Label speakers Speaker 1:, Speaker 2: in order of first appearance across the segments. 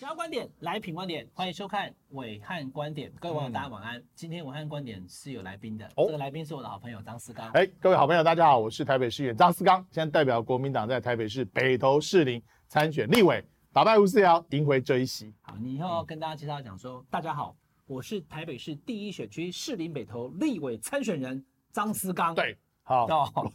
Speaker 1: 聊观点，来品观点，欢迎收看伟汉观点。各位网友，大家晚安。今天伟汉观点是有来宾的，
Speaker 2: 嗯哦
Speaker 1: 这个来宾是我的好朋友张思刚。
Speaker 2: 哎，各位好朋友，大家好，我是台北市议员张思刚，现在代表国民党在台北市北投士林参选立委，打败吴思瑶，赢回这一席。
Speaker 1: 好，你以后要跟大家介绍讲说，大家好，我是台北市第一选区士林北投立委参选人张思刚。
Speaker 2: 对，好，
Speaker 1: 哦，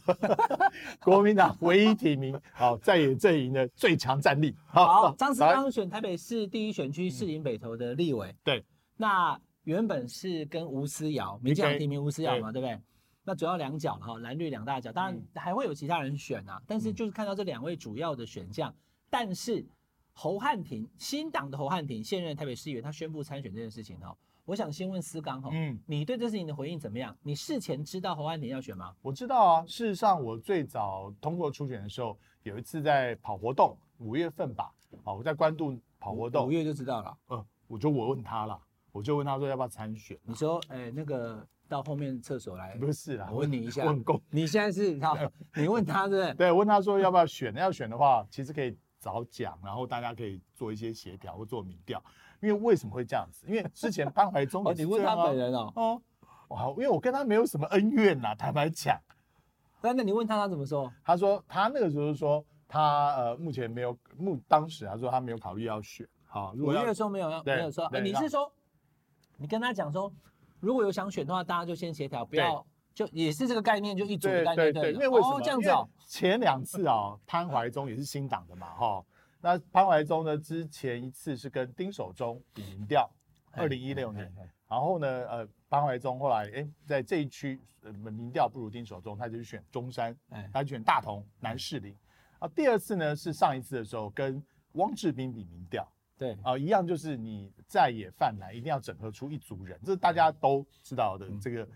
Speaker 2: 国民党唯一提名好在野阵营的最强战力。
Speaker 1: 好，张思
Speaker 2: 来
Speaker 1: 刚选台北市第一选区士林北投的立委。
Speaker 2: 对，
Speaker 1: 那原本是跟吴思瑶，民进党提名吴思瑶嘛，对不对？那主要两角了哈，蓝绿两大角，当然还会有其他人选啊，但是就是看到这两位主要的选项，但是侯汉廷新党的侯汉廷现任台北市议员，他宣布参选这件事情哦，我想先问思刚哈，
Speaker 2: 嗯，
Speaker 1: 你对这事情的回应怎么样？你事前知道侯汉廷要选吗？
Speaker 2: 我知道啊，事实上我最早通过初选的时候，有一次在跑活动，五月份吧，好，我在关渡跑活
Speaker 1: 五
Speaker 2: 动，
Speaker 1: 月就知道了。
Speaker 2: 呃，我就我问他啦，我就问他说要不要参选，
Speaker 1: 你说，哎、那个到后面厕所来，
Speaker 2: 不是啦，
Speaker 1: 我问你一下，
Speaker 2: 问公
Speaker 1: 你现在是好，你问他是不是？
Speaker 2: 对，问他说要不要选，要选的话，其实可以早讲，然后大家可以做一些协调或做民调。因为为什么会这样子？因为之前潘怀忠
Speaker 1: 哦，
Speaker 2: 也
Speaker 1: 你
Speaker 2: 是
Speaker 1: 问
Speaker 2: 这
Speaker 1: 他
Speaker 2: 样啊
Speaker 1: 本人哦，
Speaker 2: 哦，哇，因为我跟他没有什么恩怨呐、坦白讲，
Speaker 1: 那那你问他他怎么说？
Speaker 2: 他说他那个时候说他呃目前没有目当时他说他没有考虑要选，好，如
Speaker 1: 五
Speaker 2: 果要
Speaker 1: 月说没有要
Speaker 2: 对
Speaker 1: 没有说，
Speaker 2: 对
Speaker 1: 哎你
Speaker 2: 那
Speaker 1: 是说你跟他讲说，如果有想选的话，大家就先协调，不
Speaker 2: 对
Speaker 1: 要就也是这个概念，就一组的
Speaker 2: 对
Speaker 1: 概
Speaker 2: 对
Speaker 1: 念
Speaker 2: 对，因
Speaker 1: 了
Speaker 2: 为为什么？
Speaker 1: 哦这样子哦，
Speaker 2: 因为前两次哦，潘怀忠也是新党的嘛，哈、那潘怀忠呢，之前一次是跟丁守中比民调，
Speaker 1: 嘿
Speaker 2: 二零一六
Speaker 1: 嘿
Speaker 2: 年
Speaker 1: 嘿。嘿
Speaker 2: 然后呢，呃，潘怀忠后来哎，在这一区呃民调不如丁守中，他就去选中山，
Speaker 1: 哎
Speaker 2: 他选大同、南士林。啊，第二次呢是上一次的时候跟汪志斌比民调
Speaker 1: 对，
Speaker 2: 啊，一样就是你在野泛蓝一定要整合出一族人，这是大家都知道的
Speaker 1: 嗯
Speaker 2: 这个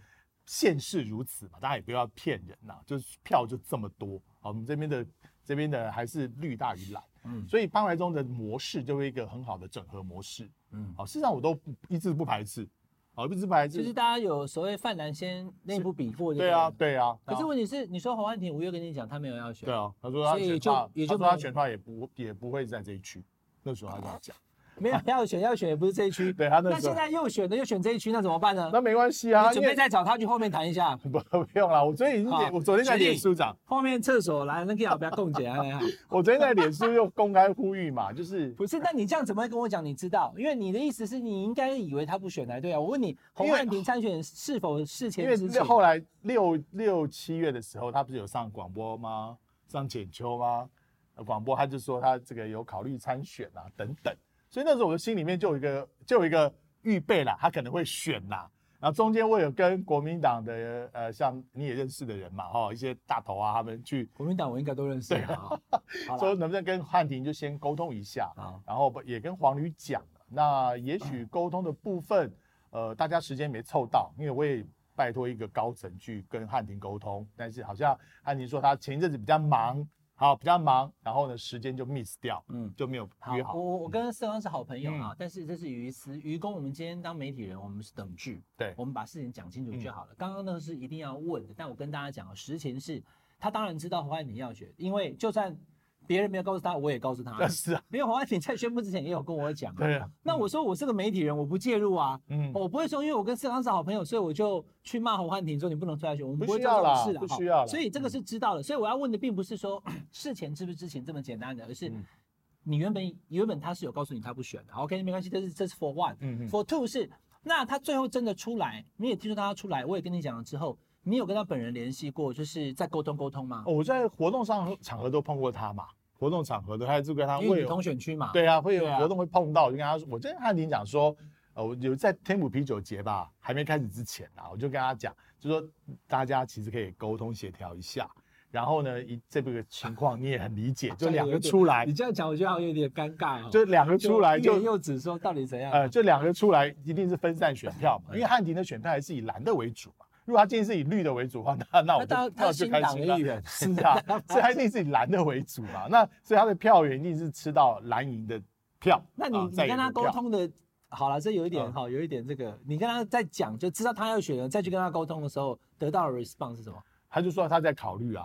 Speaker 2: 现事如此嘛，大家也不要骗人呐、就是票就这么多啊，我们这边的这边的还是绿大于蓝，
Speaker 1: 嗯
Speaker 2: 所以潘怀忠的模式就会一个很好的整合模式。
Speaker 1: 嗯，
Speaker 2: 好，事实上我都不一直不排斥，好，一直不排斥。
Speaker 1: 就是大家有所谓泛蓝先内部比过就
Speaker 2: 对啊，。对啊。
Speaker 1: 可是
Speaker 2: 我
Speaker 1: 问题是，你说侯汉廷五月跟你讲他没有要选
Speaker 2: 对，啊，他说他
Speaker 1: 所以
Speaker 2: 选
Speaker 1: 就
Speaker 2: 话，
Speaker 1: 也
Speaker 2: 他
Speaker 1: 就
Speaker 2: 说他
Speaker 1: 没
Speaker 2: 选话也不也不会在这一区。那时候他这样讲，
Speaker 1: 没有要选要选也不是这一区，
Speaker 2: 对他 那
Speaker 1: 哦那
Speaker 2: 时
Speaker 1: 现
Speaker 2: 候
Speaker 1: 在又选的又选这一区，那怎么办呢？
Speaker 2: 那没关系啊，
Speaker 1: 你
Speaker 2: 因
Speaker 1: 准备
Speaker 2: 为
Speaker 1: 再找他去后面谈一下。
Speaker 2: 不不用啦，我昨天已经
Speaker 1: 好
Speaker 2: 脸我昨天在
Speaker 1: 学弟
Speaker 2: 脸书长，
Speaker 1: 后面厕所来，那个要不要共解啊？
Speaker 2: 我昨天在脸书又公开呼吁嘛，就是
Speaker 1: 不是，那你这样怎么会跟我讲你知道？因为你的意思是你应该以为他不选才对啊。我问你，
Speaker 2: 因为
Speaker 1: 洪汉廷参选是否事
Speaker 2: 因
Speaker 1: 前
Speaker 2: 为
Speaker 1: 知
Speaker 2: 六
Speaker 1: 情？
Speaker 2: 后来六六七月的时候，他不是有上广播吗？上简秋吗？呃广播他就说他这个有考虑参选啊，等等。所以那时候我的心里面就有一个就有一个预备啦，他可能会选啦。然后中间我有跟国民党的呃，像你也认识的人嘛，哈、一些大头啊，他们去
Speaker 1: 国民党我应该都认识啊。好嗯
Speaker 2: 说
Speaker 1: 了，
Speaker 2: 能不能跟汉庭就先沟通一下，
Speaker 1: 好，
Speaker 2: 然后不也跟黄旅讲了，那也许沟通的部分，呃，大家时间没凑到，因为我也拜托一个高层去跟汉庭沟通，但是好像汉庭说他前一阵子比较忙，好比较忙，然后呢时间就 miss 掉，
Speaker 1: 嗯。
Speaker 2: 就没有
Speaker 1: 好
Speaker 2: 约，
Speaker 1: 我
Speaker 2: 好。
Speaker 1: 我我跟四刚是好朋友
Speaker 2: 嗯
Speaker 1: 啊，但是这是于私于公，我们今天当媒体人，我们是等距，
Speaker 2: 对嗯
Speaker 1: 我们把事情讲清楚就好了。刚刚那个是一定要问的，但我跟大家讲啊，实情是，他当然知道黄汉廷要选，因为就算别人没有告诉他，我也告诉他了
Speaker 2: 但。是啊，
Speaker 1: 没有黄汉廷在宣布之前也有跟我讲、啊，
Speaker 2: 对啊，
Speaker 1: 那我说我是个媒体人，我不介入啊，
Speaker 2: 嗯，
Speaker 1: 我不会说因为我跟四刚是好朋友，所以我就去骂侯汉廷说你不能出来选，我们
Speaker 2: 不
Speaker 1: 不会
Speaker 2: 需
Speaker 1: 做这
Speaker 2: 要啦
Speaker 1: 种事啦
Speaker 2: 不
Speaker 1: 哈
Speaker 2: 需要啦嗯
Speaker 1: 所以这个是知道的，所以我要问的并不是说事前知不知情这么简单的，而是
Speaker 2: 嗯
Speaker 1: 你原本原本他是有告诉你他不选的好，OK 没关系，这是这是 for one，for
Speaker 2: 嗯嗯，
Speaker 1: two 是那他最后真的出来，你也听说他出来，我也跟你讲了之后，你有跟他本人联系过，就是在沟通沟通吗？
Speaker 2: 哦我在活动上场合都碰过他嘛，活动场合都还是跟他
Speaker 1: 因
Speaker 2: 会
Speaker 1: 为你
Speaker 2: 有
Speaker 1: 同选区嘛，，
Speaker 2: 对啊，会有
Speaker 1: 对啊
Speaker 2: 活动会碰到，我就跟他说，我就跟汉庭讲说，呃，我有在天母啤酒节吧，还没开始之前啊，我就跟他讲，就说大家其实可以沟通协调一下，然后呢，一这个情况你也很理
Speaker 1: 啊
Speaker 2: 解，就两个出来
Speaker 1: 你，这样讲我觉得好像有点尴尬哦，
Speaker 2: 就两个出来
Speaker 1: 就欲言
Speaker 2: 就
Speaker 1: 又止说到底怎样？
Speaker 2: 呃，就两个出来一定是分散选票嘛，因为汉庭的选票还是以蓝的为主嘛。如果他今天是以绿的为主的话，那那我
Speaker 1: 他当
Speaker 2: 就
Speaker 1: 然
Speaker 2: 那
Speaker 1: 他
Speaker 2: 我
Speaker 1: 是
Speaker 2: 就
Speaker 1: 新
Speaker 2: 开
Speaker 1: 党
Speaker 2: 心
Speaker 1: 的
Speaker 2: 了
Speaker 1: 议。员，
Speaker 2: 是啊，所以他一定是以蓝的为主嘛。那所以他的票源一定是吃到蓝营的票。
Speaker 1: 那你、
Speaker 2: 啊
Speaker 1: 你
Speaker 2: 在野
Speaker 1: 跟他
Speaker 2: 的
Speaker 1: 沟
Speaker 2: 票
Speaker 1: 通的，好了，这有一点
Speaker 2: 嗯
Speaker 1: 哈、有一点这个，你跟他在讲，就知道他要选了，再去跟他沟通的时候，得到的 response 是什么？
Speaker 2: 他就说他在考虑啊，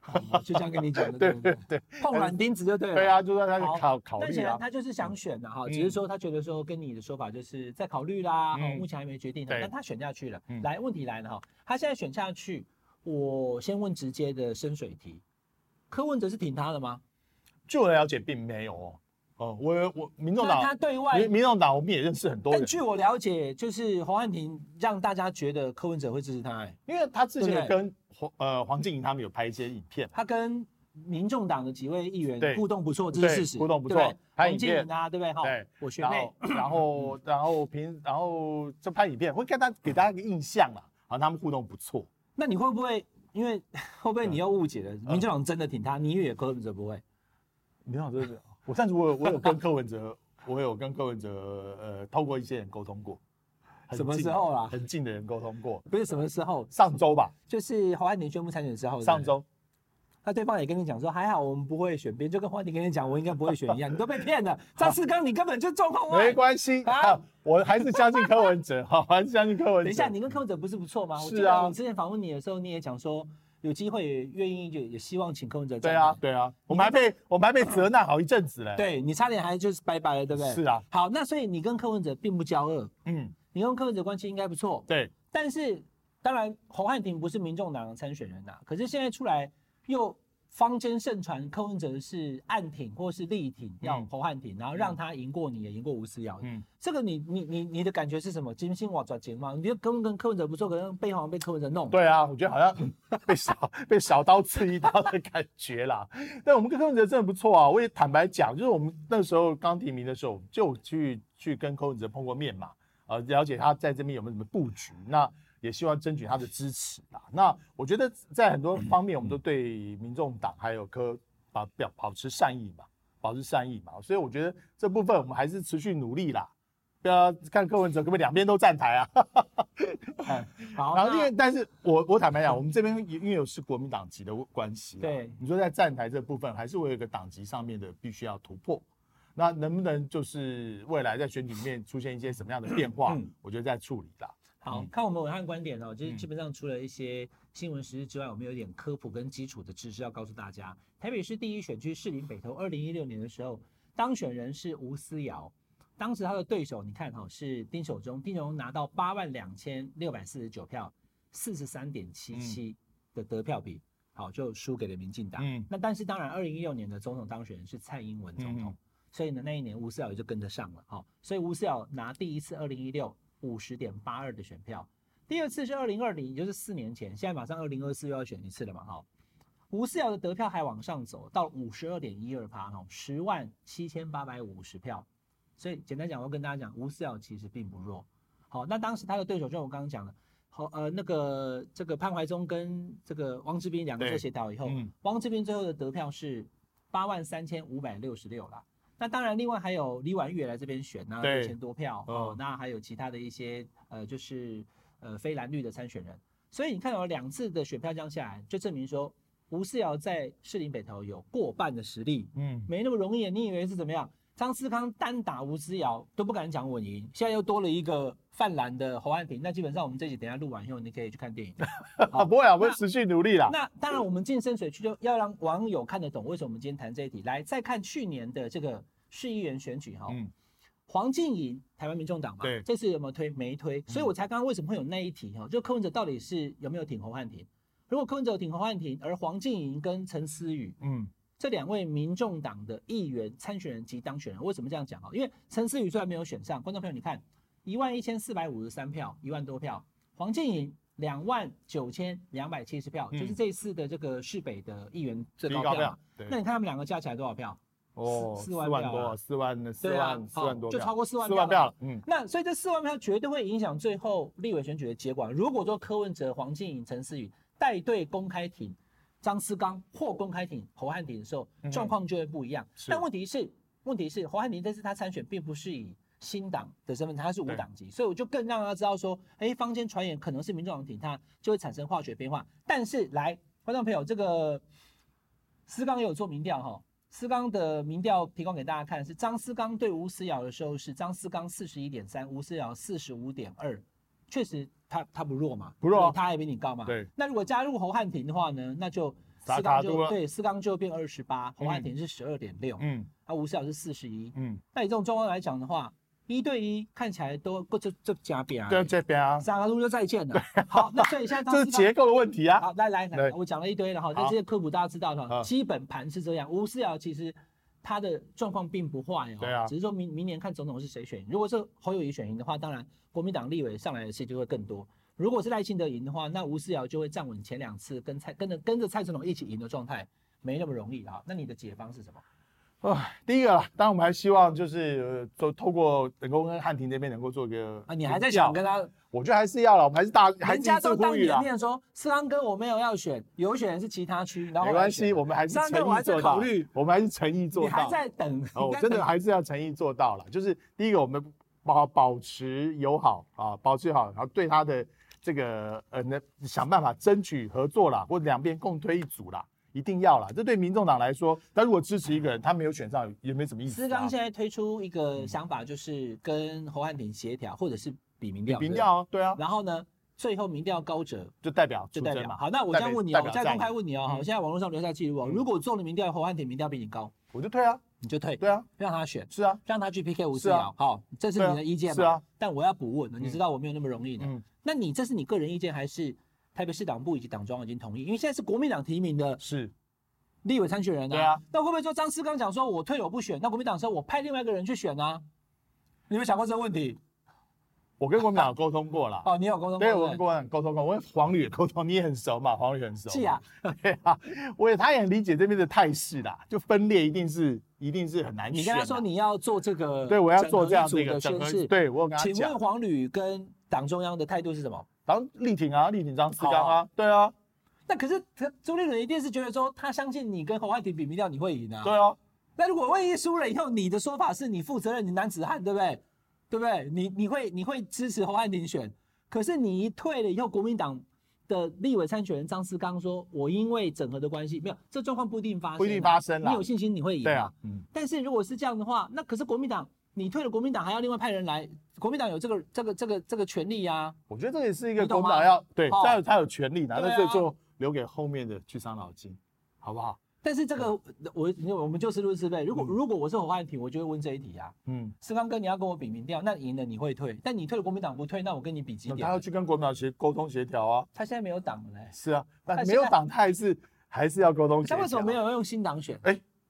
Speaker 1: 啊我就这样跟你 讲的，
Speaker 2: 对
Speaker 1: 不
Speaker 2: 对对，
Speaker 1: 碰软钉子就对了。
Speaker 2: 对啊，就说他
Speaker 1: 啊好
Speaker 2: 考考
Speaker 1: 但
Speaker 2: 虑
Speaker 1: 显然
Speaker 2: 啊，
Speaker 1: 他就是想选的哈，
Speaker 2: 嗯
Speaker 1: 只是说他觉得说跟你的说法就是在考虑啦，
Speaker 2: 嗯
Speaker 1: 哦目前还没决定。
Speaker 2: 对
Speaker 1: 但他选下去了
Speaker 2: 嗯，
Speaker 1: 来问题来了哈，他现在选下去，我先问直接的深水题，柯文哲是挺他的吗？
Speaker 2: 据我了解并没有哦。哦，我我民众
Speaker 1: 那他
Speaker 2: 党，
Speaker 1: 对外，
Speaker 2: 民民众党我们也认识很多
Speaker 1: 但
Speaker 2: 人，
Speaker 1: 据我了解，就是侯汉廷让大家觉得柯文哲会支持他，哎，
Speaker 2: 因为他之前
Speaker 1: 对
Speaker 2: 有
Speaker 1: 不对
Speaker 2: 跟黄呃黄静莹他们有拍一些影片，
Speaker 1: 他跟民众党的几位议员
Speaker 2: 对
Speaker 1: 互动不错，这是
Speaker 2: 对
Speaker 1: 事实，
Speaker 2: 互动不
Speaker 1: 对对
Speaker 2: 错拍
Speaker 1: 洪
Speaker 2: 影
Speaker 1: 静
Speaker 2: 片
Speaker 1: 莹啊，对不对？哈
Speaker 2: 对，
Speaker 1: 我学
Speaker 2: 然
Speaker 1: 妹
Speaker 2: 后，然 后然后平然后就拍影片，会给大给大家一个印象啦，好像他们互动不错。
Speaker 1: 那你会不会因为 会不会你又误解了？民
Speaker 2: 嗯
Speaker 1: 进党真的挺他，你以为柯文哲不会？
Speaker 2: 你好，这是 我上次我有我有跟柯文哲，我有跟柯文哲呃透过一些人沟通过，很
Speaker 1: 什么
Speaker 2: 近
Speaker 1: 时候啊啦
Speaker 2: 很近的人沟通过，
Speaker 1: 不是什么时候，
Speaker 2: 上周吧，
Speaker 1: 就是侯汉廷宣布参选之后。
Speaker 2: 上
Speaker 1: 哦对不对，
Speaker 2: 周
Speaker 1: 那对方也跟你讲说，还好我们不会选边，就跟侯汉廷跟你讲，我应该不会选一样，你都被骗了。张世刚，你根本就状况外
Speaker 2: 没。关系
Speaker 1: 啊
Speaker 2: 啊，我还是相信柯文哲，哈，还是相信柯文哲。
Speaker 1: 等一下，你跟柯文哲不是不错吗？我记
Speaker 2: 是
Speaker 1: 得
Speaker 2: 啊
Speaker 1: 我之前访问你的时候，你也讲说有机会也愿意就也希望请柯文哲。
Speaker 2: 对啊，，对啊，我们还被我们还被责难好一阵子嘞。，
Speaker 1: 对你差点还就是拜拜了，对不对？
Speaker 2: 是。啊，
Speaker 1: 好，那所以你跟柯文哲并不交恶，
Speaker 2: 嗯，
Speaker 1: 你跟柯文哲关系应该不错。
Speaker 2: 对，
Speaker 1: 但是当然，侯汉廷不是民众党的参选人呐、可是现在出来又坊间盛传柯文哲是暗挺或是力挺要
Speaker 2: 嗯
Speaker 1: 侯汉廷，然后让他赢过你，也赢过吴思瑶。
Speaker 2: 嗯，
Speaker 1: 这个你你你你的感觉是什么？金星瓦转情吗？你就跟跟柯文哲不错，可能背后好像被柯文哲弄。
Speaker 2: 对啊，我觉得好像嗯被小被小刀刺一刀的感觉啦。 但我们跟柯文哲真的不错啊，我也坦白讲，就是我们那时候刚提名的时候，就去去跟柯文哲碰过面嘛，呃，了解他在这边有没有什么布局，那也希望争取他的支持啦。那我觉得在很多方面，我们都对民众党还有柯保表保持善意嘛，保持善意嘛，所以我觉得这部分我们还是持续努力啦。不要看柯文哲可不可以两边都站台啊？
Speaker 1: 好，
Speaker 2: 然后因
Speaker 1: 那
Speaker 2: 为，但是我我坦白讲，我们这边因为有是国民党籍的关系啦，
Speaker 1: 对
Speaker 2: 你说在站台这部分，还是会有一个党籍上面的必须要突破。那能不能就是未来在选举里面出现一些什么样的变化？
Speaker 1: 嗯
Speaker 2: 我觉得在处理啦。
Speaker 1: 好
Speaker 2: 嗯
Speaker 1: 看我们文翰观点哦，就是
Speaker 2: 嗯
Speaker 1: 基本上除了一些新闻时事之外，我们有点科普跟基础的知识要告诉大家。台北市第一选区士林北投，二零一六年的时候，当选人是吴思瑶，当时他的对手你看哈、哦、是丁守中，丁守中拿到八万两千六百四十九票，四十三点七七的得票比，好就输给了民进党。
Speaker 2: 嗯
Speaker 1: 那但是当然，二零一六年的总统当选人是蔡英文总统，
Speaker 2: 嗯
Speaker 1: 所以呢，那一年吴思瑶也就跟着上了哈、所以吴思瑶拿第一次二零一六五十点八二的选票，第二次是二零二零，也就是四年前，现在马上二零二四又要选一次了嘛哈、吴思瑶的得票还往上走到五十二点一二趴哈，十万七千八百五十票，所以简单讲，我跟大家讲，吴思瑶其实并不弱。好，那当时他的对手就我刚刚讲的，好呃那个这个潘怀宗跟这个汪志斌两个
Speaker 2: 对
Speaker 1: 做协调以后，
Speaker 2: 嗯
Speaker 1: 汪志斌最后的得票是八万三千五百六十六啦。那当然，另外还有李婉玉也来这边选那
Speaker 2: 对
Speaker 1: 六千多票哦
Speaker 2: 嗯，
Speaker 1: 那还有其他的一些呃，就是呃非蓝绿的参选人。所以你看到、哦两次的选票这样下来，就证明说吴思瑶在士林北投有过半的实力，
Speaker 2: 嗯，
Speaker 1: 没那么容易。你以为是怎么样？张思康单打吴思瑶都不敢讲稳赢，现在又多了一个泛蓝的侯汉廷。那基本上我们这集等一下录完以后，你可以去看电影。好
Speaker 2: 啊，不会啊，我会
Speaker 1: 那
Speaker 2: 持续努力啦。
Speaker 1: 那当然，我们进深水区就要让网友看得懂为什么我们今天谈这一题。来，再看去年的这个市议员选举哈，
Speaker 2: 嗯
Speaker 1: 黄静怡，台湾民众党嘛，
Speaker 2: 对嗯
Speaker 1: 这次有没有推？没推，所以我才刚刚为什么会有那一题哈，就柯文哲到底是有没有挺侯汉廷？如果柯文哲有挺侯汉廷，而黄静怡跟陈思宇
Speaker 2: 嗯，
Speaker 1: 这两位民众党的议员参选人及当选人，为什么这样讲啊？因为陈思宇虽然没有选上，观众朋友你看，一万一千四百五十三票，一万多票；黄静莹两万九千两百七十票，
Speaker 2: 嗯
Speaker 1: 就是这一次的这个市北的议员最
Speaker 2: 第一
Speaker 1: 高
Speaker 2: 高
Speaker 1: 票
Speaker 2: 票
Speaker 1: 嘛。，
Speaker 2: 对
Speaker 1: 那，你看他们两个加起来多少票？
Speaker 2: 哦，
Speaker 1: 四
Speaker 2: 四
Speaker 1: 万
Speaker 2: 万
Speaker 1: 票啊
Speaker 2: 多，四万四
Speaker 1: 对啊
Speaker 2: 万四
Speaker 1: 好
Speaker 2: 万多
Speaker 1: 就
Speaker 2: 票，
Speaker 1: 超过四万
Speaker 2: 四
Speaker 1: 票
Speaker 2: 万票
Speaker 1: 了
Speaker 2: 了。嗯，
Speaker 1: 那所以这四万票绝对会影响最后立委选举的结果啊。如果说柯文哲、黄静颖、陈思宇带队公开挺张思刚或公开挺侯汉廷的时候，
Speaker 2: 嗯
Speaker 1: 状况就会不一样。
Speaker 2: 是
Speaker 1: 但问题是，问题是侯汉廷这次他参选并不是以新党的身份，他是无党籍，所以我就更让他知道说，哎，坊间传言可能是民众党挺他，就会产生化学变化。但是来，观众朋友，这个思刚也有做民调哈、思刚的民调提供给大家看，是张思刚对吴思瑶的时候是张思刚四十一点三，吴思瑶四十五点二，确实他他不弱嘛，
Speaker 2: 不弱啊
Speaker 1: 他还比你高嘛。
Speaker 2: 对。
Speaker 1: 那如果加入侯汉廷的话呢，那就
Speaker 2: 砸
Speaker 1: 四
Speaker 2: 卡
Speaker 1: 缸
Speaker 2: 都
Speaker 1: 就
Speaker 2: 了，
Speaker 1: 对四缸就变二十八，红海田是十二点六，
Speaker 2: 嗯
Speaker 1: 啊吴思瑶是四十一。
Speaker 2: 嗯，
Speaker 1: 那以这种状况来讲的话，一对一看起来都不就就加边啊，
Speaker 2: 对这边啊，
Speaker 1: 三个路就再见了。好，那所以现在当
Speaker 2: 这是
Speaker 1: 四缸
Speaker 2: 结构的问题啊，
Speaker 1: 好，来来来，
Speaker 2: 对
Speaker 1: 我讲了一堆了哈，
Speaker 2: 好
Speaker 1: 但这些科普大家知道的哈，
Speaker 2: 嗯
Speaker 1: 基本盘是这样。吴思瑶其实他的状况并不坏哦，
Speaker 2: 对啊
Speaker 1: 只是说明明年看总统是谁选赢。如果是侯友谊选赢的话，当然国民党立委上来的戏就会更多。如果是赖清德赢的话，那吴思瑶就会站稳前两次跟蔡跟着跟着蔡总统一起赢的状态，没那么容易啊。那你的解方是什么？
Speaker 2: 唉，第一个啦，当然我们还希望就是呃，就透过能够跟汉庭这边能够做一个
Speaker 1: 啊，你还在
Speaker 2: 比较
Speaker 1: 想跟他？
Speaker 2: 我觉得还是要了，我们还是大还
Speaker 1: 人
Speaker 2: 是
Speaker 1: 家
Speaker 2: 一
Speaker 1: 都
Speaker 2: 致
Speaker 1: 当
Speaker 2: 呼吁啊
Speaker 1: 你的
Speaker 2: 啦，
Speaker 1: 面说，思安哥我没有要选，有选的是其他区，然后
Speaker 2: 没
Speaker 1: 我
Speaker 2: 关
Speaker 1: 来选
Speaker 2: 系，我们还是
Speaker 1: 上
Speaker 2: 诚
Speaker 1: 个我还
Speaker 2: 意
Speaker 1: 在
Speaker 2: 做
Speaker 1: 考
Speaker 2: 到
Speaker 1: 虑，
Speaker 2: 我们还是诚意
Speaker 1: 你
Speaker 2: 做
Speaker 1: 还
Speaker 2: 到。
Speaker 1: 在等，
Speaker 2: 哦
Speaker 1: 你，在
Speaker 2: 真的
Speaker 1: 等
Speaker 2: 还是要诚意做到了。就是第一个，我们保保持友好啊，保持好，然后对他的这个呃，能想办法争取合作啦，或者两边共推一组啦，一定要啦。这对民众党来说，他如果支持一个人，他没有选上也没什么意思、啊。
Speaker 1: 思刚现在推出一个想法，就是跟侯汉廷协调，或者是比民调。
Speaker 2: 民
Speaker 1: 对
Speaker 2: 调、哦，对啊
Speaker 1: 不对。，然后呢，最后民调高者
Speaker 2: 就代表
Speaker 1: 就
Speaker 2: 出
Speaker 1: 代
Speaker 2: 征
Speaker 1: 表。
Speaker 2: 嘛。
Speaker 1: 好，那我
Speaker 2: 代
Speaker 1: 现在
Speaker 2: 表
Speaker 1: 问你
Speaker 2: 代
Speaker 1: 哦，我
Speaker 2: 表
Speaker 1: 现在公
Speaker 2: 战
Speaker 1: 开问你哦，
Speaker 2: 嗯
Speaker 1: 好，现在网络上留下记录哦。
Speaker 2: 嗯
Speaker 1: 如果做了民调，侯汉廷民调比你高，
Speaker 2: 我就退啊，
Speaker 1: 你就退，
Speaker 2: 对啊，
Speaker 1: 让他选，
Speaker 2: 是啊，
Speaker 1: 让他去 PK 吴思
Speaker 2: 是啊
Speaker 1: 瑶。好，这是
Speaker 2: 对啊
Speaker 1: 你的意见嘛？
Speaker 2: 是啊。
Speaker 1: 但我要补问了，
Speaker 2: 嗯
Speaker 1: 你知道我没有那么容易的。
Speaker 2: 嗯，
Speaker 1: 那你这是你个人意见，还是台北市党部以及党中央已经同意？因为现在是国民党提名的
Speaker 2: 是
Speaker 1: 立委参选人啊。
Speaker 2: 对啊。
Speaker 1: 那会不会说张思刚讲说我退我不选，那国民党说我派另外一个人去选啊？你有没有想过这个问题？
Speaker 2: 我跟国民党有沟通过啦。
Speaker 1: 哦，你有沟通过？
Speaker 2: 对，
Speaker 1: 对不对
Speaker 2: 我跟国民党沟通过，我跟黄旅也沟通，你也很熟嘛，黄旅很熟。
Speaker 1: 是啊，
Speaker 2: 对啊，我也他也很理解这边的态势啦，就分裂一定是一定是很难
Speaker 1: 你
Speaker 2: 选
Speaker 1: 跟
Speaker 2: 啦。
Speaker 1: 他说你要做这个，
Speaker 2: 对我要做这样
Speaker 1: 子
Speaker 2: 的一个
Speaker 1: 的宣誓。，
Speaker 2: 对我有跟他
Speaker 1: 请
Speaker 2: 讲
Speaker 1: 问，黄旅跟党中央的态度是什么？
Speaker 2: 然后力挺啊，力挺张思刚啊，对啊，
Speaker 1: 那可是他朱立伦一定是觉得说他相信你跟侯汉廷比民调你会赢啊。
Speaker 2: 对。啊，
Speaker 1: 那如果万一输了以后，你的说法是你负责任，你男子汉，对不对？对不对？你你会你会支持侯汉廷选，可是你一退了以后，国民党的立委参选人张思刚说，我因为整合的关系，没有这状况不一定发生啊、
Speaker 2: 不一定发生啦
Speaker 1: 你有信心你会赢、
Speaker 2: 对啊，嗯，
Speaker 1: 但是如果是这样的话，那可是国民党，你退了国民党还要另外派人来，国民党有这个这个这个这个权利啊呀、
Speaker 2: 我觉得这也是一个
Speaker 1: 你懂
Speaker 2: 国民
Speaker 1: 吗
Speaker 2: 党要对，
Speaker 1: 哦
Speaker 2: 他有他有权利拿，
Speaker 1: 对
Speaker 2: 但
Speaker 1: 啊
Speaker 2: 是就留给后面的去伤脑筋，好不好？
Speaker 1: 但是这个我你我们就事论事呗。如果、
Speaker 2: 嗯
Speaker 1: 如果我是侯汉廷，我就会问这一题啊。
Speaker 2: 嗯，
Speaker 1: 思刚哥，你要跟我比民调，那赢了你会退，但你退了国民党不退，那我跟你比几
Speaker 2: 那
Speaker 1: 点？
Speaker 2: 他要去跟国民党协沟通协调啊，
Speaker 1: 他现在没有党了嘞，
Speaker 2: 是啊，那
Speaker 1: 但
Speaker 2: 没有
Speaker 1: 现在
Speaker 2: 党他还是还是要沟通协
Speaker 1: 他
Speaker 2: 调。啊
Speaker 1: 为什么没？有用新党选？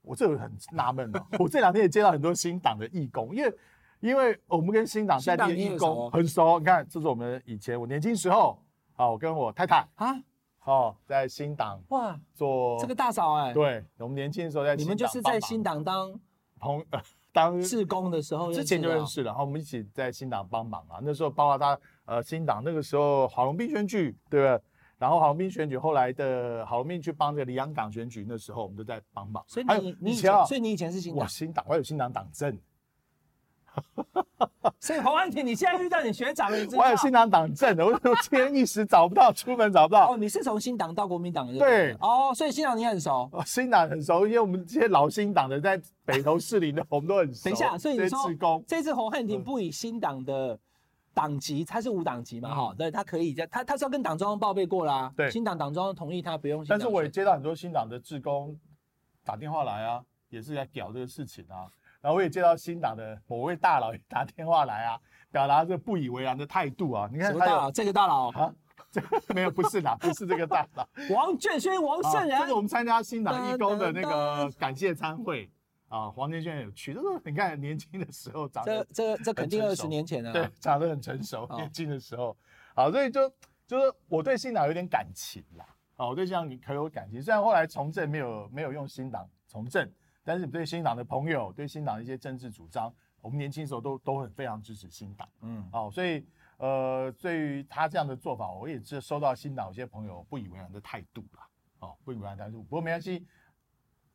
Speaker 2: 我这个很纳 闷哦，我这两天也接到很多新党的义工，因为因为我们跟新党在地的义
Speaker 1: 新党你也
Speaker 2: 工
Speaker 1: 熟
Speaker 2: 很熟，你看这是我们以前我年轻时候啊，我跟我太太
Speaker 1: 啊，
Speaker 2: 哦在新党
Speaker 1: 哇，
Speaker 2: 做
Speaker 1: 这个大嫂哎、
Speaker 2: 哦对，我们年轻的时候在
Speaker 1: 你
Speaker 2: 新
Speaker 1: 们
Speaker 2: 党
Speaker 1: 就是在
Speaker 2: 帮忙
Speaker 1: 新党当
Speaker 2: 同 呃当
Speaker 1: 志工的时候
Speaker 2: 之前就认
Speaker 1: 哦认识
Speaker 2: 识了，然后我们一起在新党帮忙啊，那时候包括他呃新党那个时候郝龙斌选举对不对？然后郝龙斌选举后来的郝龙斌去帮这个李阳港选举，那时候我们都在帮忙。
Speaker 1: 的
Speaker 2: 还
Speaker 1: 啊，
Speaker 2: 有
Speaker 1: 所以你你以
Speaker 2: 啊
Speaker 1: 前，所以你以前是新
Speaker 2: 我
Speaker 1: 党，
Speaker 2: 新党，我还有新党党政。
Speaker 1: 所以侯安婷，你现在遇到你学长了，你知道
Speaker 2: 我有新党党证的，我我今天一时找不到，出门找不到
Speaker 1: 哦，。你是从新党到国民党的不
Speaker 2: 对
Speaker 1: 哦，所以新党你很熟。
Speaker 2: 哦，新党很熟，因为我们这些老新党的在北投市里的，我们都很熟。
Speaker 1: 等一下，所以
Speaker 2: 这
Speaker 1: 你
Speaker 2: 些
Speaker 1: 说
Speaker 2: 志工，
Speaker 1: 这次侯汉
Speaker 2: 嗯
Speaker 1: 廷不以新党的党籍，他是无党籍嘛？哈、对，他可以这样，他他是要跟党中央报备过啦、
Speaker 2: 嗯对
Speaker 1: 新党党中央同意他不用新
Speaker 2: 但
Speaker 1: 党
Speaker 2: 是
Speaker 1: 选。
Speaker 2: 我也接到很多新党的志工打电话来啊，也是在屌这个事情啊。然后我也接到新党的某位大佬也打电话来啊，表达这不以为然的态度啊。你
Speaker 1: 什
Speaker 2: 看
Speaker 1: 么
Speaker 2: 他
Speaker 1: 大
Speaker 2: 有
Speaker 1: 佬？这个大佬，
Speaker 2: 啊，这 没有不是啦，不是这个大 佬。
Speaker 1: 王建轩、王
Speaker 2: 啊
Speaker 1: 胜
Speaker 2: 这
Speaker 1: 仁
Speaker 2: 个、我们参加新党义工的那
Speaker 1: 噔
Speaker 2: 个感谢餐会啊，黄天轩有去，就是你看年轻的时候长
Speaker 1: 这
Speaker 2: 得
Speaker 1: 这这肯定
Speaker 2: 很
Speaker 1: 二
Speaker 2: 成熟
Speaker 1: 十年前了、啊
Speaker 2: 对，长得很成熟，
Speaker 1: 哦
Speaker 2: 年轻的时候，好，所以就就是我对新党有点感情啦，啊，我对新党可有感情，虽然后来从政没有没有用新党从政，但是对新党的朋友，对新党的一些政治主张，我们年轻的时候都都很非常支持新党，
Speaker 1: 嗯，
Speaker 2: 哦，所以呃，对于他这样的做法，我也是收到新党有些朋友不以为然的态度啦，哦，不以为然的态度，不过没关系，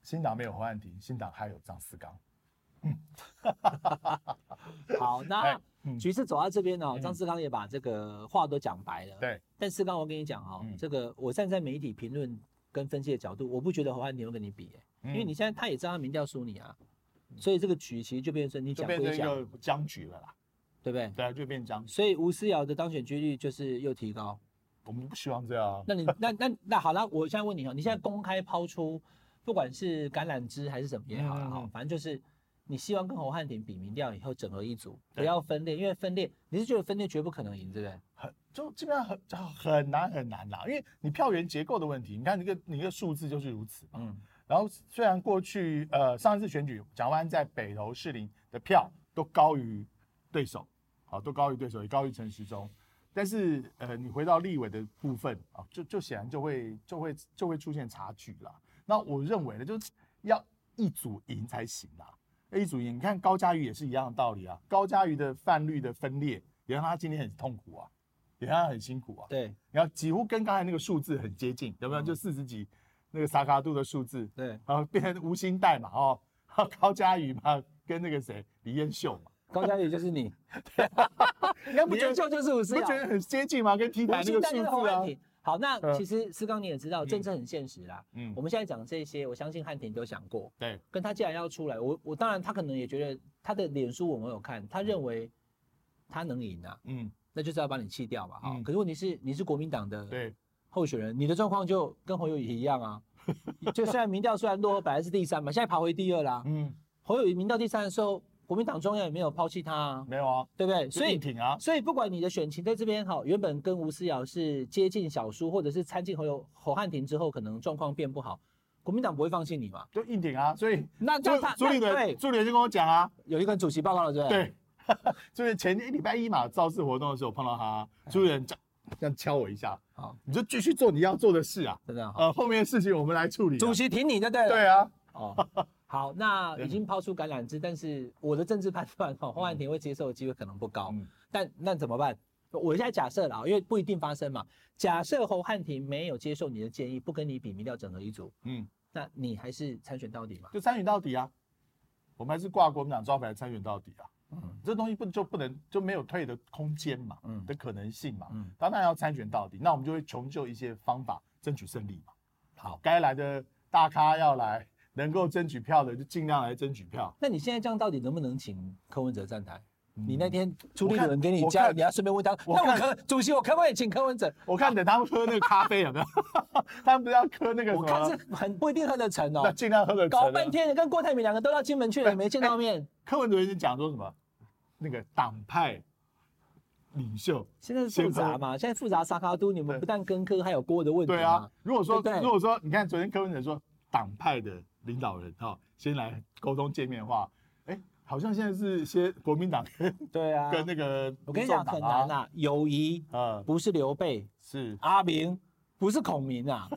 Speaker 2: 新党没有侯汉廷，新党还有张思刚，
Speaker 1: 好，那
Speaker 2: 哎嗯
Speaker 1: 局势走到这边呢、哦
Speaker 2: 嗯，
Speaker 1: 张志刚也把这个话都讲白了。
Speaker 2: 对，
Speaker 1: 但志刚，我跟你讲哦，
Speaker 2: 嗯
Speaker 1: 这个我站在媒体评论跟分析的角度，我不觉得侯汉廷会跟你比、欸因为
Speaker 2: 嗯
Speaker 1: 你现在他也知道他民调输你啊，所以这个局其实就变成你
Speaker 2: 就
Speaker 1: 讲
Speaker 2: 变成
Speaker 1: 归
Speaker 2: 一
Speaker 1: 讲，
Speaker 2: 个僵局了啦，
Speaker 1: 对不对？
Speaker 2: 对啊，就变僵局。
Speaker 1: 所以吴思瑶的当选几率就是又提高，
Speaker 2: 我们不希望这样啊。
Speaker 1: 那你那那那好了，我现在问你哦，你现在公开抛出，不管是橄榄枝还是什么也好了哈、
Speaker 2: 嗯嗯嗯
Speaker 1: 反正就是你希望跟侯汉廷比民调以后整合一组，不
Speaker 2: 对
Speaker 1: 要分裂，因为分裂你是觉得分裂绝不可能赢，对不对？
Speaker 2: 很就基本上很很难很难啦，因为你票源结构的问题，你看那个你那个数字就是如此嘛。
Speaker 1: 嗯，
Speaker 2: 然后虽然过去呃上一次选举，蒋万安在北投士林的票都高于对手，好、都高于对手，也高于陈时中，但是呃你回到立委的部分啊、就就显然就会就会就会出现差距啦。那我认为呢，就是要一组赢才行啦。一组赢，你看高嘉瑜也是一样的道理啊。高嘉瑜的泛绿的分裂，也让他今天很痛苦啊，也让他很辛苦啊。
Speaker 1: 对
Speaker 2: 然后几乎跟刚才那个数字很接近，有没有？
Speaker 1: 嗯
Speaker 2: 就四十几那个萨卡度的数字，
Speaker 1: 对，
Speaker 2: 然后啊变成无心代码哦， 高嘉瑜嘛，跟那个谁李彦秀嘛，
Speaker 1: 高嘉宇就是你，你看不
Speaker 2: 你
Speaker 1: 就就就是啊五
Speaker 2: 你
Speaker 1: 十
Speaker 2: 不
Speaker 1: 瑶
Speaker 2: 觉，得很接近吗？跟 T 台
Speaker 1: 我
Speaker 2: 那
Speaker 1: 现
Speaker 2: 个
Speaker 1: 在就是侯
Speaker 2: 数字啊
Speaker 1: 汉，廷。好，那
Speaker 2: 嗯
Speaker 1: 其实思刚你也知道，
Speaker 2: 嗯
Speaker 1: 政策很现实啦。
Speaker 2: 嗯
Speaker 1: 我，们现在讲这些，我相信汉庭都想过。
Speaker 2: 对，
Speaker 1: 跟他既然要出来，我我当然他可能也觉得他的脸书我们有看，他认为他能赢啊，
Speaker 2: 嗯，
Speaker 1: 那就是要把你弃掉嘛。哈、
Speaker 2: 嗯
Speaker 1: 可是问题是你是国民党的
Speaker 2: 对，
Speaker 1: 候选人，你的状况就跟侯友谊一样 啊。就虽然民调虽然落后本来是第三嘛，现在爬回第二啦。
Speaker 2: 嗯，
Speaker 1: 侯友谊民调第三的时候，国民党中央也没有抛弃他啊，
Speaker 2: 没有啊，
Speaker 1: 对不对？所以
Speaker 2: 就硬挺啊，
Speaker 1: 所以不管你的选情在这边好，原本跟吴思瑶是接近小输，或者是参进侯友侯汉廷之后，可能状况变不好，国民党不会放弃你嘛？
Speaker 2: 就硬挺啊，所以
Speaker 1: 那那
Speaker 2: 朱
Speaker 1: 他
Speaker 2: 朱立
Speaker 1: 那
Speaker 2: 伦
Speaker 1: 对，
Speaker 2: 朱立伦就跟我讲啊，
Speaker 1: 有一个主席报告了，对不对？
Speaker 2: 对， 就是前一礼拜一嘛，造势活动的时候碰到他，朱立伦这样这样敲我一下，
Speaker 1: 好，
Speaker 2: 你就继续做你要做的事啊，
Speaker 1: 真的好。
Speaker 2: 呃，后面的事情我们来处理啊、
Speaker 1: 主席挺你就对了。
Speaker 2: 对啊，
Speaker 1: 哦，好，那已经抛出橄榄枝，但是我的政治判断，哦，黄汉廷会接受的机会可能不高。
Speaker 2: 嗯
Speaker 1: 但那怎么办？我现在假设了啊，因为不一定发生嘛。假设侯汉廷没有接受你的建议，不跟你比民调整合一组，
Speaker 2: 嗯，
Speaker 1: 那你还是参选到底嘛？
Speaker 2: 就参与到底啊，我们还是挂国民党招牌参选到底啊，
Speaker 1: 嗯
Speaker 2: 这东西不就不能就没有退的空间嘛，
Speaker 1: 嗯
Speaker 2: 的可能性嘛，
Speaker 1: 嗯，
Speaker 2: 当然要参选到底，那我们就会穷究一些方法争取胜利嘛，
Speaker 1: 好。
Speaker 2: 该来的大咖要来，能够争取票的就尽量来争取票。
Speaker 1: 那你现在这样到底能不能请柯文哲站台？你那
Speaker 2: 嗯
Speaker 1: 天朱立
Speaker 2: 我看
Speaker 1: 伦给你
Speaker 2: 我
Speaker 1: 加油，
Speaker 2: 看
Speaker 1: 你要顺便问他，
Speaker 2: 我
Speaker 1: 那我
Speaker 2: 看
Speaker 1: 可主席，我可不可以请柯文哲？
Speaker 2: 我看等他们喝那个咖啡有没有？ 他们不是要喝那个什
Speaker 1: 我看
Speaker 2: 么？
Speaker 1: 是很不一定喝得成
Speaker 2: 那
Speaker 1: 哦，
Speaker 2: 尽量喝个
Speaker 1: 搞
Speaker 2: 成
Speaker 1: 半
Speaker 2: 啊。
Speaker 1: 天跟郭台铭两个都到金门去 了，也没见到面。
Speaker 2: 柯文哲已经讲说什么？那个党派领袖，
Speaker 1: 现在是复杂嘛，现在复杂沙卡都，你们
Speaker 2: 对
Speaker 1: 不但跟科，还有锅的问题
Speaker 2: 对啊
Speaker 1: 嘛。。
Speaker 2: 如果说
Speaker 1: 对不对
Speaker 2: 如果说你看昨天柯文哲说党派的领导人哈、哦，先来沟通见面的话，哎，好像现在是一些国民党跟、
Speaker 1: 对 啊，
Speaker 2: 跟那个
Speaker 1: 我跟你讲
Speaker 2: 民
Speaker 1: 很
Speaker 2: 众党啊
Speaker 1: 难啊，友谊
Speaker 2: 呃，
Speaker 1: 不是刘备、
Speaker 2: 是
Speaker 1: 阿明，不是孔明 啊。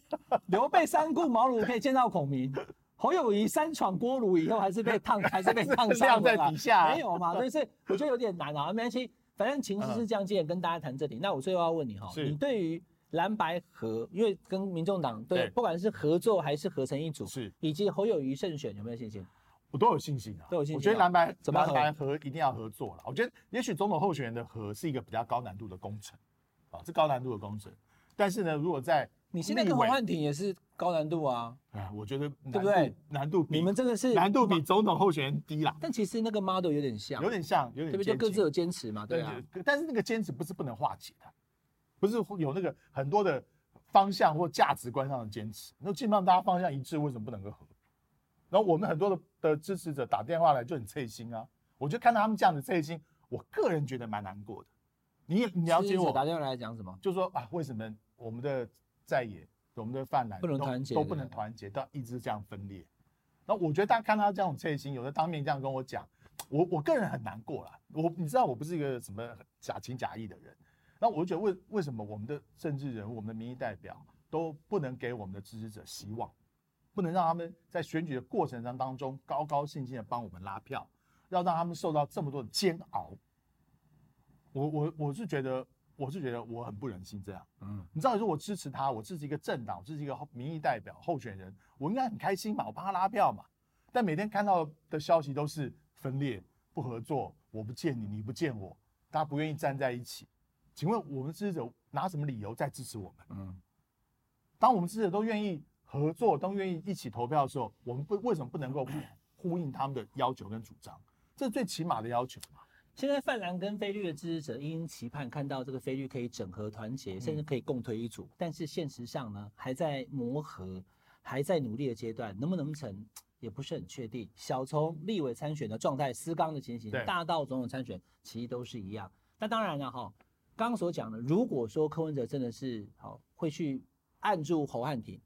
Speaker 1: 刘备三顾茅庐可以见到孔明，侯友谊三闯锅炉以后还是被 烫，还 是被烫伤
Speaker 2: 晾
Speaker 1: 的
Speaker 2: 在
Speaker 1: 啦
Speaker 2: 底。下啊、
Speaker 1: 没有 嘛，所以是我觉得有点难啊，没关系，反正情势是这样，今天也跟大家谈这里。那我最后要问你哈，
Speaker 2: 是
Speaker 1: 你对于蓝白合，因为跟民众党对，
Speaker 2: 对
Speaker 1: 不管是合作还是合成一组，
Speaker 2: 是
Speaker 1: 以及侯友谊胜选，有没有信心？
Speaker 2: 我都有信心啊，
Speaker 1: 都有信心啊
Speaker 2: 我觉得蓝白
Speaker 1: 怎么合
Speaker 2: 蓝白合一定要合作了。我觉得也许总统候选人的合是一个比较高难度的工程，啊，是高难度的工程。但是呢，如果在
Speaker 1: 你现在
Speaker 2: 立
Speaker 1: 跟黄
Speaker 2: 委
Speaker 1: 汉廷也是高难度啊，
Speaker 2: 啊，我觉得难
Speaker 1: 对不
Speaker 2: 度
Speaker 1: 对
Speaker 2: 难度比
Speaker 1: 你们真的是
Speaker 2: 嗯难度比，总统候选人低啦，
Speaker 1: 但其实那个 model 有点像，
Speaker 2: 有点像，有
Speaker 1: 对
Speaker 2: 点
Speaker 1: 不对？就
Speaker 2: 接
Speaker 1: 各自
Speaker 2: 近
Speaker 1: 有坚持嘛，对啊，
Speaker 2: 对但是那个坚持不是不能化解的，不是有那个很多的方向或价值观上的坚持。那基本上大家方向一致，为什么不能够合？然后我们很多的的支持者打电话来就很脆心啊，我就看到他们这样子脆心，我个人觉得蛮难过的。你也你了
Speaker 1: 支
Speaker 2: 解
Speaker 1: 持者
Speaker 2: 我，
Speaker 1: 打电话来讲什么？
Speaker 2: 就说啊，为什么我们的在野、我们的泛蓝
Speaker 1: 不能
Speaker 2: 都
Speaker 1: 团结啊
Speaker 2: 都
Speaker 1: 对
Speaker 2: 不能
Speaker 1: 不对
Speaker 2: 团结，到一直这样分裂？那我觉得大家看他这种脆心，有的当面这样跟我讲，我我个人很难过啦。我你知道我不是一个什么假情假意的人，那我就觉得为为什么我们的政治人物、我们的民意代表都不能给我们的支持者希望，不能让他们在选举的过程当当中高高兴兴的帮我们拉票，要让他们受到这么多的煎熬。我我我是觉得我是觉得我很不忍心这样。
Speaker 1: 嗯，
Speaker 2: 你知道，如果我支持他，我支持一个政党，我支持一个民意代表候选人，我应该很开心嘛，我帮他拉票嘛。但每天看到的消息都是分裂、不合作，我不见你，你不见我，大家不愿意站在一起。请问我们支持者拿什么理由在支持我们？
Speaker 1: 嗯，
Speaker 2: 当我们支持者都愿意合作，都愿意一起投票的时候，我们不为什么不能够呼应他们的要求跟主张？这是最起码的要求嘛。
Speaker 1: 现在泛蓝跟菲律的支持者殷殷期盼看到这个菲律可以整合团结，
Speaker 2: 嗯
Speaker 1: 甚至可以共推一组，但是现实上呢，还在磨合，还在努力的阶段，能不能成也不是很确定。小从立委参选的状态、思纲的情形
Speaker 2: 对，
Speaker 1: 大到总统参选，其实都是一样。那当然了哈，刚刚所讲的，如果说柯文哲真的是好会去按住侯汉廷。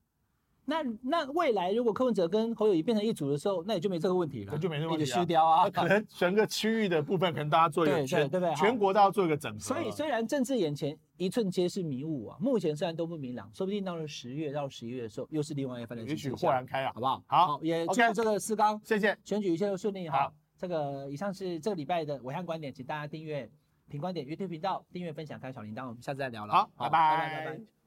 Speaker 1: 那那未来如果柯文哲跟侯友谊变成一组的时候，那也就没这个问题了，
Speaker 2: 那就没这个问题啊
Speaker 1: 你就虚掉啊
Speaker 2: 那，可能整个区域的部分，可能大家做一个
Speaker 1: 对
Speaker 2: 全
Speaker 1: 对对对好
Speaker 2: 全国都要做一个整合。
Speaker 1: 所以，虽然政治眼前一寸皆是迷雾啊，目前虽然都不明朗，说不定到了十月到十一月的时候，又是另外一番的
Speaker 2: 也
Speaker 1: 新
Speaker 2: 许
Speaker 1: 气
Speaker 2: 豁然
Speaker 1: 象，
Speaker 2: 开朗
Speaker 1: 好。不好？
Speaker 2: 好
Speaker 1: 也祝
Speaker 2: OK
Speaker 1: 这个四刚
Speaker 2: 谢谢，
Speaker 1: 选举一切都顺利哈。
Speaker 2: 好
Speaker 1: 这个以上是这个礼拜的伟汉观点，请大家订阅评观点 YouTube 频道，订阅分享开小铃铛，我们下次再聊了。
Speaker 2: 好，拜
Speaker 1: 拜拜拜拜
Speaker 2: 拜。